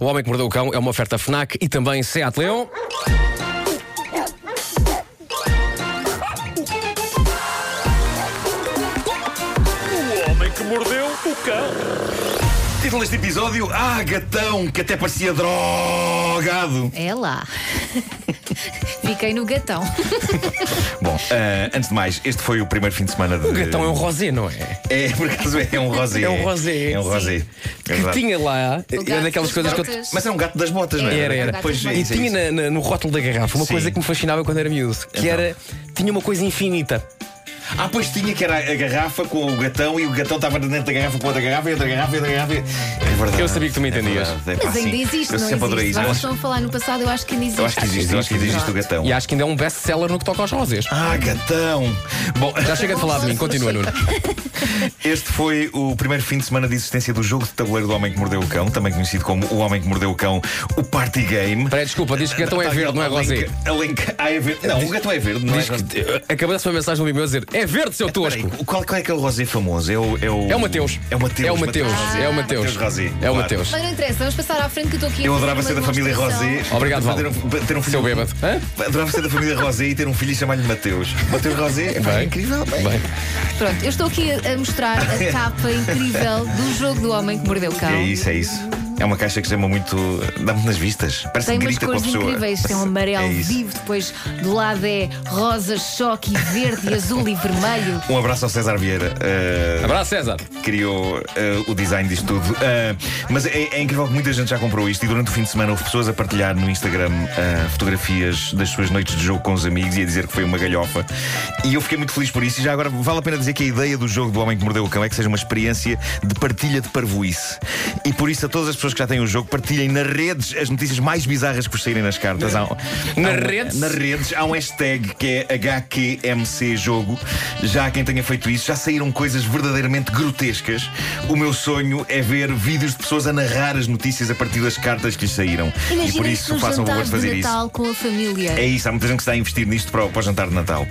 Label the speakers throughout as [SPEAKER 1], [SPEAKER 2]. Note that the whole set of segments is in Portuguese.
[SPEAKER 1] O Homem que Mordeu o Cão é uma oferta FNAC e também Seat Leon.
[SPEAKER 2] O homem que mordeu o cão.
[SPEAKER 3] Título deste episódio: Ah, gatão, que até parecia drogado.
[SPEAKER 4] É lá. Fiquei no gatão.
[SPEAKER 3] Bom, ah, antes de mais, este foi o primeiro fim de semana de.
[SPEAKER 1] O gatão é um rosé, não é?
[SPEAKER 3] É, por acaso é um rosé.
[SPEAKER 1] É um rosé.
[SPEAKER 3] É um rosé. É
[SPEAKER 1] que
[SPEAKER 3] verdade.
[SPEAKER 1] tinha lá, era
[SPEAKER 4] gato
[SPEAKER 1] daquelas
[SPEAKER 4] das
[SPEAKER 1] coisas que eu.
[SPEAKER 4] botas.
[SPEAKER 3] Mas era um gato das botas, não é?
[SPEAKER 1] Era, era.
[SPEAKER 3] Pois,
[SPEAKER 4] E
[SPEAKER 3] é
[SPEAKER 1] E
[SPEAKER 3] isso, é
[SPEAKER 1] tinha
[SPEAKER 3] isso.
[SPEAKER 1] na- na- no rótulo da garrafa uma
[SPEAKER 3] Sim.
[SPEAKER 1] coisa que me fascinava quando era miúdo, que
[SPEAKER 3] Então.
[SPEAKER 1] era. tinha uma coisa infinita.
[SPEAKER 3] Ah, pois tinha que era a garrafa com o gatão e o gatão estava dentro da garrafa com outra garrafa e outra garrafa e outra garrafa. e- É verdade.
[SPEAKER 1] Eu sabia que tu me entendias.
[SPEAKER 3] É verdade. É pá,
[SPEAKER 4] Mas ainda
[SPEAKER 3] sim.
[SPEAKER 4] existe,
[SPEAKER 3] Eu
[SPEAKER 4] não
[SPEAKER 3] sempre adorei
[SPEAKER 4] existe.
[SPEAKER 3] isso. Eu
[SPEAKER 4] Vocês
[SPEAKER 3] acho-
[SPEAKER 4] estão a falar no passado, eu acho que ainda existe.
[SPEAKER 3] Eu acho que existe, eu acho que existe o gatão.
[SPEAKER 1] E acho que ainda é um best-seller no que toca aos rosés.
[SPEAKER 3] Ah, gatão! Bom,
[SPEAKER 1] Já chega de falar de mim, continua, Nuno.
[SPEAKER 3] Este foi o primeiro fim de semana de existência do jogo de tabuleiro do Homem que Mordeu o Cão, também conhecido como O Homem que Mordeu o Cão, o Party Game.
[SPEAKER 1] Peraí, desculpa, diz que o gatão
[SPEAKER 3] Tá,
[SPEAKER 1] é verde, não é rosé.
[SPEAKER 3] Alenca- Alenca- ah, é verde. Não, o gatão é verde, não é?
[SPEAKER 1] Diz que. eh, Acabei-se uma mensagem no e-mail a dizer: é verde, seu
[SPEAKER 3] Peraí,
[SPEAKER 1] tosco!
[SPEAKER 3] qual, qual é aquele rosé famoso? É o, é o...
[SPEAKER 1] É o Mateus.
[SPEAKER 3] É o Mateus.
[SPEAKER 1] É o Mateus.
[SPEAKER 3] Rosé.
[SPEAKER 1] É o Mateus.
[SPEAKER 3] Rosé.
[SPEAKER 1] É o
[SPEAKER 3] claro.
[SPEAKER 1] Mateus.
[SPEAKER 4] Mas não interessa, vamos passar à frente que eu estou aqui. a
[SPEAKER 3] Eu
[SPEAKER 4] fazer
[SPEAKER 3] adorava
[SPEAKER 4] uma
[SPEAKER 3] ser da família
[SPEAKER 4] demonstração.
[SPEAKER 3] Rosé.
[SPEAKER 1] Obrigado, Val.
[SPEAKER 3] ter um, ter um filho.
[SPEAKER 1] Seu bêbado. Hã?
[SPEAKER 3] Adorava ser da família Rosé e ter um filho e chamar-lhe Mateus. Mateus Rosé? pá, É
[SPEAKER 1] Bem.
[SPEAKER 3] incrível. bem.
[SPEAKER 1] Bem.
[SPEAKER 4] Pronto, eu estou aqui a a mostrar a capa incrível do jogo do homem que mordeu o cão.
[SPEAKER 3] É isso, é isso. É uma caixa que chama muito. dá-me nas vistas. Parece
[SPEAKER 4] Tem
[SPEAKER 3] que
[SPEAKER 4] umas
[SPEAKER 3] grita
[SPEAKER 4] cores
[SPEAKER 3] com a pessoa.
[SPEAKER 4] incríveis, tem um amarelo
[SPEAKER 3] É isso.
[SPEAKER 4] vivo, depois do lado é rosa, choque, e verde, e azul e vermelho.
[SPEAKER 3] Um abraço ao César Vieira. eh,
[SPEAKER 1] Abraço, César.
[SPEAKER 3] criou eh, o design disto tudo. Eh, mas é, é incrível que muita gente já comprou isto e durante o fim de semana houve pessoas a partilhar no Instagram eh, fotografias das suas noites de jogo com os amigos e a dizer que foi uma galhofa. E eu fiquei muito feliz por isso. E já agora vale a pena dizer que a ideia do jogo do Homem que Mordeu o Cão é que seja uma experiência de partilha de parvoíce. E por isso a todas as pessoas que já têm o jogo, partilhem nas redes as notícias mais bizarras que vos saírem nas cartas. Há, um-
[SPEAKER 1] É. Nas
[SPEAKER 3] há um-
[SPEAKER 1] redes?
[SPEAKER 3] nas redes há um hashtag que é HQMC Jogo. Já há quem tenha feito isso, já saíram coisas verdadeiramente grotescas. O meu sonho é ver vídeos de pessoas a narrar as notícias a partir das cartas que lhes saíram. e por
[SPEAKER 4] Imagina
[SPEAKER 3] isso
[SPEAKER 4] um
[SPEAKER 3] façam o favor
[SPEAKER 4] jantar
[SPEAKER 3] de fazer
[SPEAKER 4] de
[SPEAKER 3] isso.
[SPEAKER 4] Natal com a família.
[SPEAKER 3] É isso, há muita gente que está a investir nisto para o, para o jantar de Natal.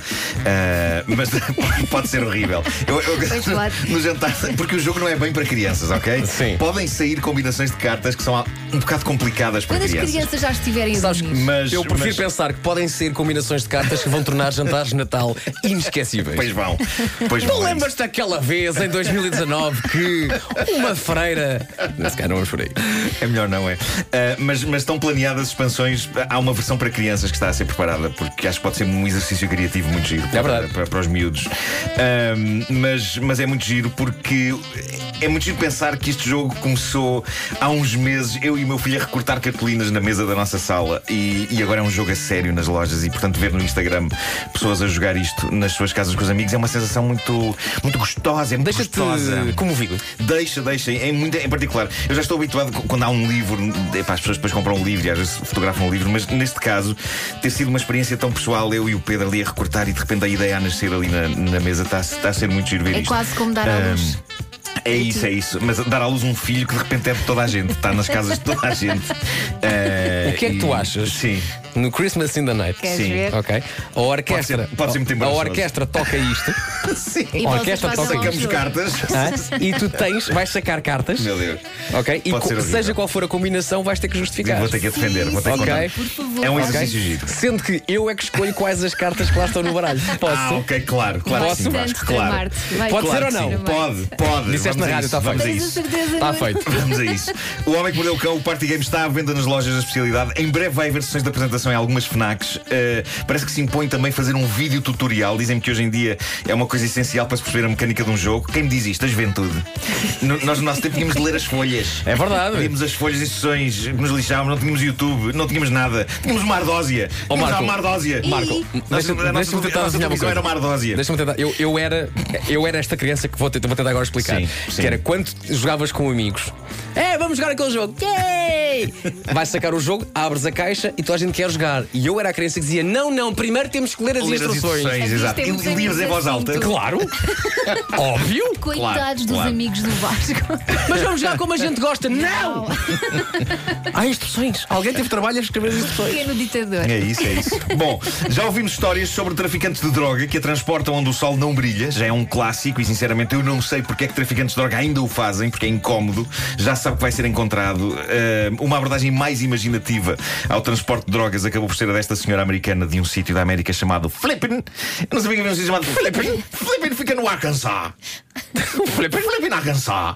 [SPEAKER 3] Ah, mas pode ser horrível. Eu- eu-
[SPEAKER 4] Pois, claro.
[SPEAKER 3] No jantar, porque o jogo não é bem para crianças, ok?
[SPEAKER 1] Sim.
[SPEAKER 3] Podem sair combinações de cartas que são um bocado complicadas para
[SPEAKER 4] Quando as
[SPEAKER 3] crianças.
[SPEAKER 4] crianças já estiverem a
[SPEAKER 1] Sabes que
[SPEAKER 4] dormir. é
[SPEAKER 3] Mas-
[SPEAKER 1] eu prefiro
[SPEAKER 3] mas-
[SPEAKER 1] pensar que podem ser combinações de cartas que vão tornar jantares de Natal inesquecíveis.
[SPEAKER 3] Pois vão. Pois
[SPEAKER 1] Tu
[SPEAKER 3] vão, é isso.
[SPEAKER 1] lembras-te daquela vez, em 2019, que uma freira. Se calhar não vamos por aí.
[SPEAKER 3] É melhor não, é? Ah, mas, mas estão planeadas expansões. Há uma versão para crianças que está a ser preparada, porque acho que pode ser um exercício criativo muito giro para,
[SPEAKER 1] É verdade.
[SPEAKER 3] para, para os miúdos. Ahm, mas, mas é muito giro porque é muito giro pensar que este jogo começou há uns meses, eu e o meu filho a recortar cartolinas na mesa da nossa sala e, e agora é um jogo a sério nas lojas e portanto ver no Instagram pessoas a jogar isto nas suas casas com os amigos é uma sensação muito, muito gostosa, é muito
[SPEAKER 1] Deixa-te
[SPEAKER 3] gostosa.
[SPEAKER 1] comovido.
[SPEAKER 3] Deixa, deixa, em, muito, em particular. Eu já estou habituado co- quando há um livro, epá, as pessoas depois compram um livro e às vezes fotografam um livro, mas neste caso ter sido uma experiência tão pessoal, eu e o Pedro ali a recortar e de repente a ideia a nascer ali na, na mesa está, a se- está a ser muito giro ver
[SPEAKER 4] É
[SPEAKER 3] isto.
[SPEAKER 4] quase como dar à luz.
[SPEAKER 3] É isso, é isso. Mas dar à luz um filho que de repente é de toda a gente, está nas casas de toda a gente. Eh,
[SPEAKER 1] O que é que tu
[SPEAKER 3] e-
[SPEAKER 1] achas?
[SPEAKER 3] Sim.
[SPEAKER 1] No Christmas in the Night.
[SPEAKER 4] Queres
[SPEAKER 3] Sim.
[SPEAKER 4] ver?
[SPEAKER 1] Ok. A orquestra.
[SPEAKER 3] Pode ser- pode ser muito
[SPEAKER 1] a
[SPEAKER 3] embaraçoso.
[SPEAKER 1] orquestra toca isto.
[SPEAKER 3] Sim.
[SPEAKER 4] E
[SPEAKER 1] a
[SPEAKER 4] vocês
[SPEAKER 1] orquestra
[SPEAKER 4] fazem
[SPEAKER 1] toca
[SPEAKER 4] um
[SPEAKER 3] Sacamos
[SPEAKER 4] jogo.
[SPEAKER 3] cartas.
[SPEAKER 1] hã? E tu tens, vais sacar cartas.
[SPEAKER 3] Meu Deus.
[SPEAKER 1] Ok? E
[SPEAKER 3] Pode
[SPEAKER 1] co-
[SPEAKER 3] ser horrível.
[SPEAKER 1] seja qual for a combinação, vais ter que justificar.
[SPEAKER 3] Vou ter que a defender, vou ter que
[SPEAKER 1] Ok.
[SPEAKER 3] contar.
[SPEAKER 4] Por favor,
[SPEAKER 3] É um
[SPEAKER 4] ok.
[SPEAKER 3] exercício giro.
[SPEAKER 1] Sendo que eu é que escolho quais as cartas que lá estão no baralho. Posso?
[SPEAKER 3] Ah, ok, claro, claro que
[SPEAKER 1] Posso?
[SPEAKER 3] sim,
[SPEAKER 4] Tanto
[SPEAKER 3] Vasco, claro.
[SPEAKER 4] tramar-te. Vai.
[SPEAKER 1] Pode
[SPEAKER 3] Claro
[SPEAKER 1] ser ou
[SPEAKER 3] que
[SPEAKER 1] não?
[SPEAKER 3] sim, Pode, pode.
[SPEAKER 1] Disseste
[SPEAKER 3] Vamos
[SPEAKER 1] na
[SPEAKER 3] a
[SPEAKER 1] rádio,
[SPEAKER 3] isso,
[SPEAKER 1] tá
[SPEAKER 3] Vamos a
[SPEAKER 4] Tens a
[SPEAKER 3] isso.
[SPEAKER 4] certeza, é?
[SPEAKER 1] Está
[SPEAKER 4] Nuno?
[SPEAKER 1] Tá feito.
[SPEAKER 3] Vamos a isso. O Homem que Mordeu o Cão, o Party Game está à venda nas lojas da especialidade. Em breve vai haver sessões de apresentação em algumas FNACs. Eh, parece que se impõe também fazer um vídeo tutorial. Dizem-me que hoje em dia é uma coisa essencial para se perceber a mecânica de um jogo. Quem me diz isto? A juventude. No- nós no nosso tempo tínhamos de ler as folhas.
[SPEAKER 1] É verdade.
[SPEAKER 3] Tínhamos as folhas e sessões, nos lixávamos, não tínhamos YouTube, não tínhamos nada. Tínhamos uma ardósia.
[SPEAKER 1] Ó,
[SPEAKER 3] Tínhamos
[SPEAKER 1] Marco.
[SPEAKER 3] uma ardósia.
[SPEAKER 1] Marco,
[SPEAKER 4] Ih.
[SPEAKER 1] deixa-
[SPEAKER 3] Nossa- a nossa-
[SPEAKER 1] deixa-me
[SPEAKER 3] a
[SPEAKER 1] tentar
[SPEAKER 3] nossa
[SPEAKER 1] adivinhar uma
[SPEAKER 3] televisão
[SPEAKER 1] coisa.
[SPEAKER 3] era uma ardósia.
[SPEAKER 1] Deixa-me tentar. Eu, eu, era, eu era esta criança que vou tentar, vou tentar agora explicar.
[SPEAKER 3] Sim, sim.
[SPEAKER 1] Que era quando jogavas com amigos. É, vamos jogar aquele jogo. Yay! Vais sacar o jogo, abres a caixa e toda a gente quer jogar. E eu era a criança que dizia: não, não, primeiro temos que ler as,
[SPEAKER 3] Ler as
[SPEAKER 1] instruções.
[SPEAKER 3] instruções, exato. E
[SPEAKER 4] Temos
[SPEAKER 3] e lias em
[SPEAKER 4] amigos
[SPEAKER 3] voz
[SPEAKER 4] assim,
[SPEAKER 3] alta.
[SPEAKER 4] tudo.
[SPEAKER 1] Claro! Óbvio!
[SPEAKER 4] Coitados dos
[SPEAKER 3] claro.
[SPEAKER 4] amigos do Vasco.
[SPEAKER 1] Mas vamos jogar como a gente gosta. Não! Há instruções. Alguém teve trabalho a escrever as instruções.
[SPEAKER 4] Pequeno ditador.
[SPEAKER 3] É isso, é isso. Bom, já ouvimos histórias sobre traficantes de droga que a transportam onde o sol não brilha. Já é um clássico e, sinceramente, eu não sei porque é que traficantes de droga ainda o fazem, porque é incómodo. Já sabe que vai ser encontrado. Ah, o Uma abordagem mais imaginativa ao transporte de drogas acabou por ser a desta senhora americana de um sítio da América chamado Flippin. Eu não sabia que havia um sítio chamado Flippin. Flippin fica no Arkansas. Flippin, Flippin, Arkansas. Ah,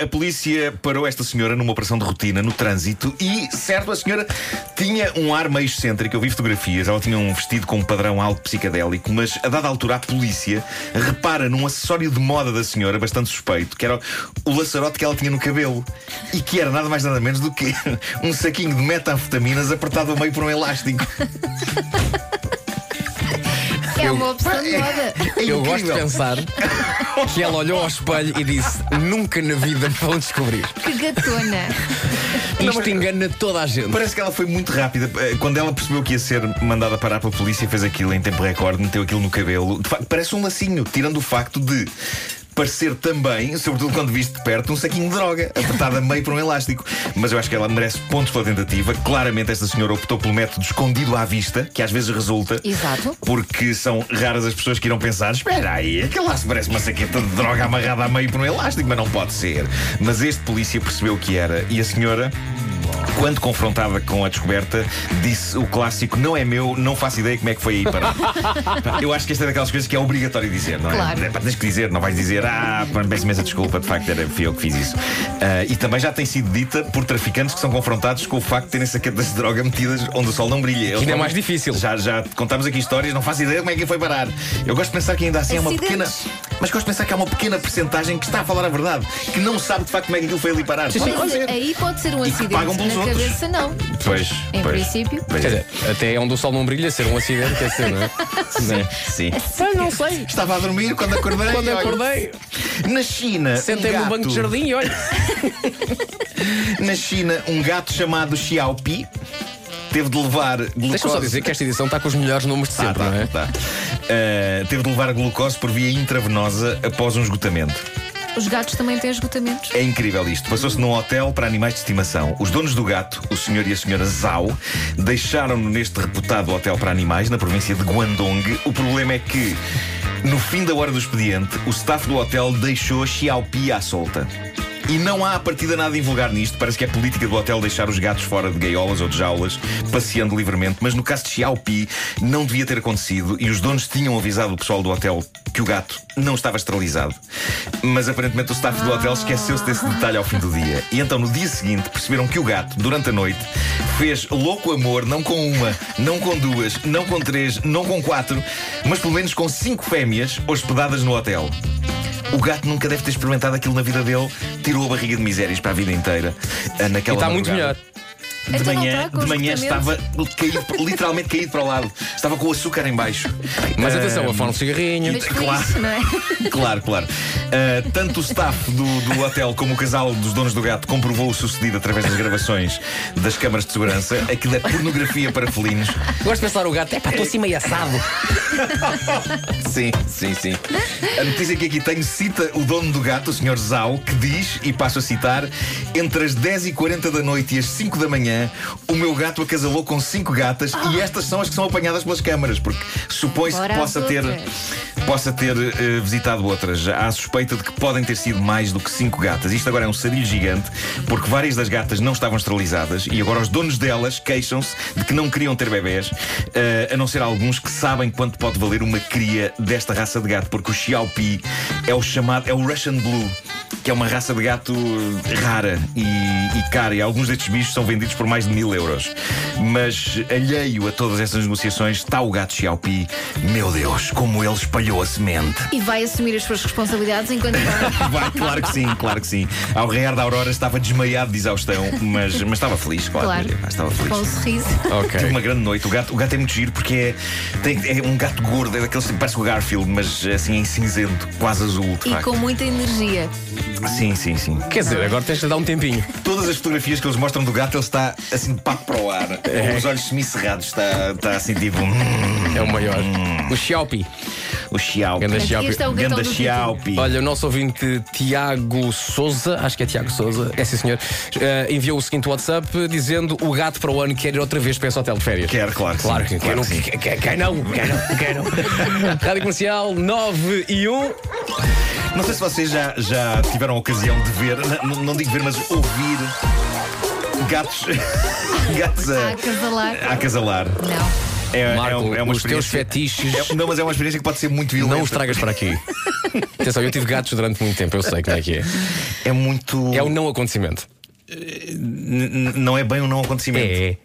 [SPEAKER 3] a polícia parou esta senhora numa operação de rotina no trânsito e, certo, a senhora tinha um ar meio excêntrico. Eu vi fotografias, ela tinha um vestido com um padrão algo psicadélico, mas a dada altura a polícia repara num acessório de moda da senhora bastante suspeito, que era o laçarote que ela tinha no cabelo e que era nada mais nada menos do que um saquinho de metanfetaminas apertado ao meio por um elástico.
[SPEAKER 4] É uma opção de moda.
[SPEAKER 3] É
[SPEAKER 1] Eu gosto de
[SPEAKER 3] incrível.
[SPEAKER 1] pensar que ela olhou ao espelho e disse: Nunca na vida me vão descobrir.
[SPEAKER 4] Que gatona.
[SPEAKER 1] Isto engana toda a gente.
[SPEAKER 3] Parece que ela foi muito rápida. Eh, Quando ela percebeu que ia ser mandada parar pela polícia, fez aquilo em tempo recorde, meteu aquilo no cabelo. De facto, parece um lacinho, tirando o facto de. Parecer também, sobretudo quando visto de perto, um saquinho de droga, apertado a meio por um elástico. Mas eu acho que ela merece pontos pela tentativa. Claramente, esta senhora optou pelo método escondido à vista, que às vezes resulta.
[SPEAKER 4] Exato.
[SPEAKER 3] Porque são raras as pessoas que irão pensar: espera aí, aquele laço parece uma saqueta de droga amarrada a meio por um elástico, mas não pode ser. Mas este polícia percebeu o que era e a senhora. Quando confrontada com a descoberta, disse o clássico: Não é meu, não faço ideia como é que foi aí parar. Pá, Eu acho que esta é daquelas coisas que é obrigatório dizer, não é?
[SPEAKER 4] Claro.
[SPEAKER 3] É, pá, tens que dizer, não vais dizer, ah, pá, peço imensa desculpa, de facto era, fui eu que fiz isso. Ah, e também já tem sido dita por traficantes que são confrontados com o facto de terem saquetas de droga metidas onde o sol não brilha. Eles
[SPEAKER 1] ainda é
[SPEAKER 3] não-
[SPEAKER 1] mais difícil.
[SPEAKER 3] já, já contámos aqui histórias, não faço ideia como é que foi parar. Eu gosto de pensar que ainda assim há uma pequena.
[SPEAKER 4] Acidentes.
[SPEAKER 3] Mas gosto de pensar que há uma pequena percentagem que está a falar a verdade, que não sabe de facto como é que aquilo foi ali parar.
[SPEAKER 1] Sim, sim.
[SPEAKER 3] Pode
[SPEAKER 4] Mas
[SPEAKER 3] ser.
[SPEAKER 4] aí pode ser um
[SPEAKER 3] E que
[SPEAKER 4] acidente.
[SPEAKER 3] pagam
[SPEAKER 4] Na
[SPEAKER 3] pelos outros.
[SPEAKER 4] cabeça, não.
[SPEAKER 3] Pois,
[SPEAKER 4] Em
[SPEAKER 3] pois.
[SPEAKER 4] princípio.
[SPEAKER 3] Pois
[SPEAKER 1] Quer
[SPEAKER 3] é.
[SPEAKER 1] dizer, até onde o sol não brilha, ser um acidente, quer dizer, não é?
[SPEAKER 3] Sim.
[SPEAKER 1] não sei.
[SPEAKER 3] Estava a dormir quando acordei.
[SPEAKER 1] Quando
[SPEAKER 3] olha,
[SPEAKER 1] acordei,
[SPEAKER 3] Na China.
[SPEAKER 1] sentei-me
[SPEAKER 3] um
[SPEAKER 1] no banco de
[SPEAKER 3] gato-
[SPEAKER 1] jardim e olha.
[SPEAKER 3] Na China, um gato chamado Xiaopi teve de levar glucose.
[SPEAKER 1] Deixa-me só dizer que esta edição está com os melhores números de
[SPEAKER 3] Tá,
[SPEAKER 1] sempre,
[SPEAKER 3] tá,
[SPEAKER 1] não é?
[SPEAKER 3] tá. Ah, teve de levar glucose por via intravenosa após um esgotamento.
[SPEAKER 4] Os gatos também têm esgotamentos.
[SPEAKER 3] É incrível isto. Passou-se num hotel para animais de estimação. Os donos do gato, o senhor e a senhora Zhao, deixaram-no neste reputado hotel para animais, na província de Guangdong. O problema é que, no fim da hora do expediente, o staff do hotel deixou Xiaopi à solta. E não há a partida nada em vulgar nisto. Parece que é política do hotel deixar os gatos fora de gaiolas ou de jaulas, passeando livremente. Mas no caso de Xiaopi, não devia ter acontecido e os donos tinham avisado o pessoal do hotel que o gato não estava esterilizado. Mas aparentemente o staff do hotel esqueceu-se desse detalhe ao fim do dia. E então no dia seguinte perceberam que o gato, durante a noite, fez louco amor não com uma, não com duas, não com três, não com quatro, mas pelo menos com cinco fêmeas hospedadas no hotel. O gato nunca deve ter experimentado aquilo na vida dele, tirou a barriga de misérias para a vida inteira. ah,
[SPEAKER 1] E
[SPEAKER 3] Naquela
[SPEAKER 1] está muito
[SPEAKER 3] madrugada.
[SPEAKER 1] melhor.
[SPEAKER 3] De
[SPEAKER 4] Então não
[SPEAKER 3] manhã,
[SPEAKER 4] está com
[SPEAKER 3] de manhã estava
[SPEAKER 4] esgotamento.
[SPEAKER 3] caído, literalmente caído para o lado. Estava com o açúcar em baixo.
[SPEAKER 1] Mas
[SPEAKER 3] Ah,
[SPEAKER 1] atenção, a fome um cigarrinho.
[SPEAKER 4] Mas foi
[SPEAKER 3] claro.
[SPEAKER 4] isso, não é?
[SPEAKER 3] Claro, claro. Uh, tanto o staff do, do hotel como o casal dos donos do gato comprovou o sucedido através das gravações das câmaras de segurança. Aquilo é pornografia para felinos.
[SPEAKER 1] Gosto de pensar o gato, é pá, estou assim meio assado.
[SPEAKER 3] Sim, sim, sim. A notícia é que aqui tenho cita o dono do gato, o Sr. Zau, que diz, e passo a citar: entre as 10h40 da noite e as 5 da manhã, o meu gato acasalou com cinco gatas e estas são as que são apanhadas pelas câmaras, porque supõe-se que
[SPEAKER 4] Ah. Ora, as
[SPEAKER 3] possa ter,
[SPEAKER 4] outras.
[SPEAKER 3] possa ter eh, visitado outras. Há a suspeita de que podem ter sido mais do que cinco gatas. Isto agora é um sarilho gigante, porque várias das gatas não estavam esterilizadas e agora os donos delas queixam-se de que não queriam ter bebés, eh, a não ser alguns que sabem quanto pode valer uma cria desta raça de gato, porque o Xiaopi é o chamado, é o Russian Blue. Que é uma raça de gato eh, rara e, e cara, e alguns destes bichos são vendidos por mais de mil euros. Mas alheio a todas essas negociações está o gato Xiaopi. Meu Deus, como ele espalhou a semente!
[SPEAKER 4] E vai assumir as suas responsabilidades enquanto vai.
[SPEAKER 3] Vai, claro que sim, claro que sim. Ao raiar da Aurora estava desmaiado de exaustão, mas, mas estava feliz, claro.
[SPEAKER 4] Claro.
[SPEAKER 3] Epá, Estava
[SPEAKER 4] Com um
[SPEAKER 3] feliz.
[SPEAKER 4] sorriso.
[SPEAKER 3] Tive
[SPEAKER 1] Ok.
[SPEAKER 3] uma grande noite. O gato, o gato é muito giro porque é, tem- é um gato gordo, é daqueles que parece o Garfield, mas assim em cinzento, quase azul. De
[SPEAKER 4] E
[SPEAKER 3] facto.
[SPEAKER 4] com muita energia.
[SPEAKER 3] Sim, sim, sim.
[SPEAKER 1] Quer dizer, agora tens de dar um tempinho.
[SPEAKER 3] Todas as fotografias que eles mostram do gato, ele está assim de papo para o ar, com os olhos semicerrados, está, está assim tipo. "Hum,
[SPEAKER 1] É o maior. O Xiaopi.
[SPEAKER 3] o Xiaopi.
[SPEAKER 1] Ganda Xiaopi.
[SPEAKER 4] Este é o gatão
[SPEAKER 3] Ganda
[SPEAKER 4] do
[SPEAKER 3] Xiaopi.
[SPEAKER 1] Olha, o nosso ouvinte Tiago Souza, acho que é Tiago Souza, é sim senhor, eh, enviou o seguinte WhatsApp eh, dizendo o gato para o ano quer ir outra vez para esse hotel de férias.
[SPEAKER 3] Quer, claro que sim,
[SPEAKER 1] Claro, que
[SPEAKER 3] claro que
[SPEAKER 1] quem,
[SPEAKER 3] sim.
[SPEAKER 1] não, quem, quem não, quem não, quem não. Rádio Comercial 9 e
[SPEAKER 3] É,
[SPEAKER 1] 1.
[SPEAKER 3] Não sei se vocês já, já tiveram a ocasião de ver, n- n- não, digo ver, mas ouvir gatos. gatos
[SPEAKER 4] A
[SPEAKER 3] a,
[SPEAKER 4] acasalar.
[SPEAKER 3] a acasalar.
[SPEAKER 4] Não.
[SPEAKER 3] É, é
[SPEAKER 1] Marco,
[SPEAKER 3] um- é uma
[SPEAKER 1] os teus
[SPEAKER 3] experiência. um
[SPEAKER 1] fetiches
[SPEAKER 3] É- não, mas é uma experiência que pode ser muito violenta.
[SPEAKER 1] não os tragas para aqui. Atenção, eu tive gatos durante muito tempo, eu sei como é que é.
[SPEAKER 3] É muito.
[SPEAKER 1] É um não acontecimento.
[SPEAKER 3] N- Não é bem um não acontecimento.
[SPEAKER 1] É.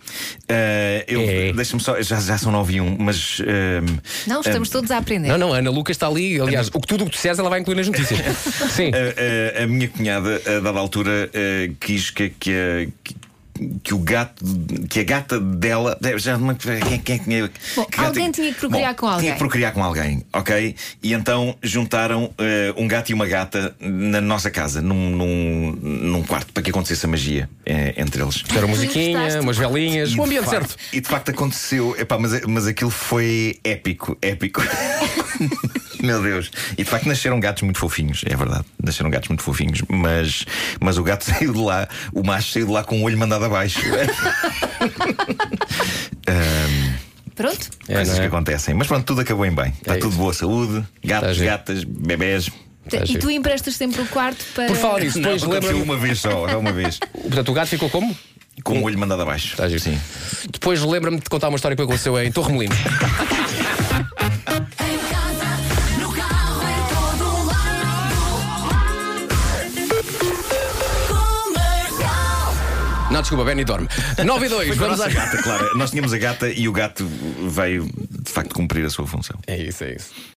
[SPEAKER 3] Eh, eu-
[SPEAKER 1] É.
[SPEAKER 3] Deixa-me só. Já, já são 9 e 1, mas. ehm,
[SPEAKER 4] Não, estamos todos a aprender.
[SPEAKER 1] Não, não, a Ana Lucas está ali. Aliás, o que tudo o que tu disseres ela vai incluir nas notícias. Sim.
[SPEAKER 3] a, a- a minha cunhada, a dada altura, eh, quis que, que, a- que- que o gato, que a gata dela. eh, Já, não- quem, quem, quem,
[SPEAKER 4] Bom,
[SPEAKER 3] que gata-
[SPEAKER 4] alguém tinha que procriar com alguém.
[SPEAKER 3] Tinha que procriar com alguém, ok? E então juntaram eh, um gato e uma gata na nossa casa, num, num, num quarto, para que acontecesse a magia eh, entre eles.
[SPEAKER 1] Era uma
[SPEAKER 4] Tu
[SPEAKER 1] musiquinha,
[SPEAKER 4] gostaste?
[SPEAKER 1] umas velinhas,
[SPEAKER 3] E
[SPEAKER 1] o
[SPEAKER 3] de
[SPEAKER 1] ambiente
[SPEAKER 3] facto-
[SPEAKER 1] certo.
[SPEAKER 3] E de facto aconteceu, Epá, mas, mas aquilo foi épico, épico. Meu Deus. E de facto nasceram gatos muito fofinhos, é verdade. Nasceram gatos muito fofinhos, mas, mas o gato saiu de lá, o macho saiu de lá com o olho mandado abaixo. É,
[SPEAKER 4] Pronto?
[SPEAKER 1] É,
[SPEAKER 3] Coisas
[SPEAKER 1] não é?
[SPEAKER 3] que acontecem. Mas pronto, tudo acabou em bem. Está
[SPEAKER 1] É
[SPEAKER 3] tudo
[SPEAKER 1] isso.
[SPEAKER 3] boa saúde,
[SPEAKER 1] Tá
[SPEAKER 3] gatos,
[SPEAKER 1] giro.
[SPEAKER 3] gatas, bebés.
[SPEAKER 1] Tá
[SPEAKER 4] e
[SPEAKER 1] giro.
[SPEAKER 4] tu emprestas sempre o quarto para.
[SPEAKER 1] Por falar nisso,
[SPEAKER 3] Não,
[SPEAKER 1] depois
[SPEAKER 3] aconteceu
[SPEAKER 1] lembra-me.
[SPEAKER 3] uma vez só, é uma vez.
[SPEAKER 1] Portanto, o gato ficou como?
[SPEAKER 3] Com o olho mandado abaixo.
[SPEAKER 1] Tá giro.
[SPEAKER 3] Sim.
[SPEAKER 1] Depois lembra-me de contar uma história que aconteceu em Torremolinos.
[SPEAKER 5] Em casa, no carro, em todo lado. Comercial.
[SPEAKER 1] Não, desculpa, Benny dorme. 9 e 2, vamos
[SPEAKER 3] Nossa
[SPEAKER 1] à
[SPEAKER 3] gata, claro. Nós tínhamos a gata e o gato veio de facto cumprir a sua função.
[SPEAKER 1] É isso, é isso.